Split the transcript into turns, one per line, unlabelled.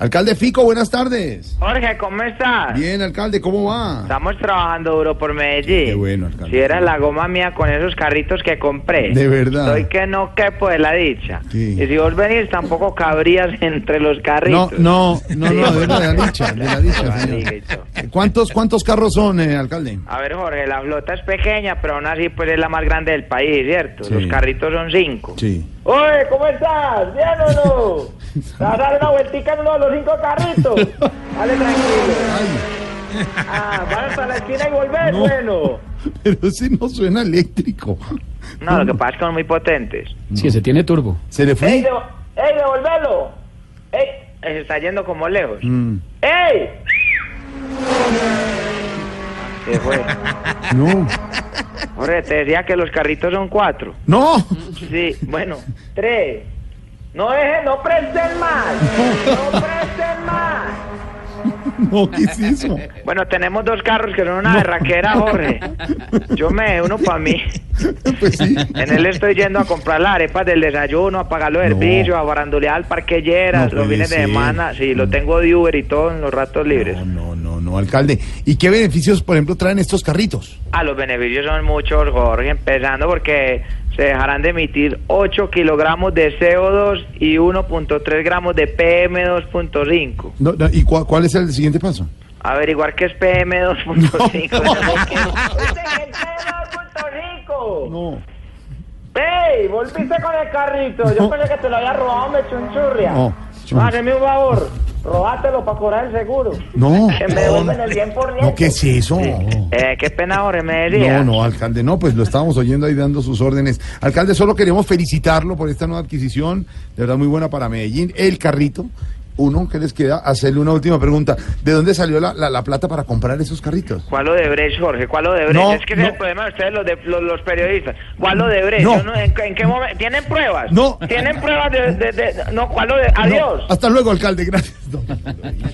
Alcalde Fico, buenas tardes.
Jorge, ¿cómo estás?
Bien, alcalde, ¿cómo va?
Estamos trabajando duro por Medellín.
Qué bueno, alcalde.
Si eras la goma mía con esos carritos que compré.
De verdad.
Soy que no quepo de la dicha.
Sí.
Y si vos venís, tampoco cabrías entre los
No,
carritos.
no, no, no, de la dicha, de la dicha, señor.
Amiguito.
¿Cuántos, cuántos carros son, eh, alcalde?
A ver, Jorge, la flota es pequeña, pero aún así pues es la más grande del país, ¿cierto?
Sí.
Los carritos son cinco.
Sí.
Oye, ¿cómo estás? ¿Bien o no? ¿Te vas a dar una vueltica en uno de los cinco carritos? Dale, tranquilo.
Ay,
Ah, van hasta la esquina y volver,
No.
bueno.
pero si no suena eléctrico.
No, lo que pasa es que son muy potentes.
Sí, se tiene turbo.
¿Se le
¡Ey,
fue?
devo- ey, devolverlo! ¡Ey! Se está yendo como lejos.
Mm,
¡Ey! Se fue.
No,
Jorge, te decía que los carritos son cuatro.
no,
Sí, bueno, tres. No dejen, no presten más. No presten más.
no, ¿qué es eso?
Bueno, tenemos dos carros que son una berraquera, Jorge. Yo me dejé uno para mí.
Pues sí.
En él estoy yendo a comprar las arepas del desayuno, a pagar los servicios, a barandulear al parque Lleras,
No
los
puede
fines de
ser. Mm.
semana. Sí, lo tengo de Uber y todo en los ratos libres.
No, no, no, no, alcalde. ¿Y qué beneficios, por ejemplo, traen estos carritos?
Ah, los beneficios son muchos, Jorge, empezando porque se dejarán de emitir 8 kilogramos de CO2 y 1.3 gramos de PM2.5.
No, no, ¿Y cua- cuál es el siguiente paso?
Averiguar qué es PM2.5. ¿Viste que es PM2.5?
No,
¡Ey! Volviste con el carrito. Yo pensé que te lo había robado, me chunchurria.
No, chun-
No, hazme un favor. Robátelo para cobrar el seguro.
no.
Que me devuelven el 100%.
No, ¿qué es eso?
Eh, qué pena, Jorge, me decía.
No, no, alcalde, no, pues lo estábamos oyendo ahí dando sus órdenes. Alcalde, solo queremos felicitarlo por esta nueva adquisición, de verdad muy buena para Medellín, el carrito. Uno, ¿qué les queda? Hacerle una última pregunta. ¿De dónde salió la, la- la plata para comprar esos carritos?
¿Cuál lo de Brecht, Jorge? ¿Cuál lo de Brecht?
No,
es que ese es
no.
el problema de ustedes, los, de- los, los periodistas. ¿Cuál lo de Brecht?
No.
Yo no- ¿en, en qué momento? ¿Tienen pruebas?
No.
¿Tienen pruebas de...? de- de- no, ¿cuál lo de...? Adiós.
No, hasta luego, alcalde, gracias. No.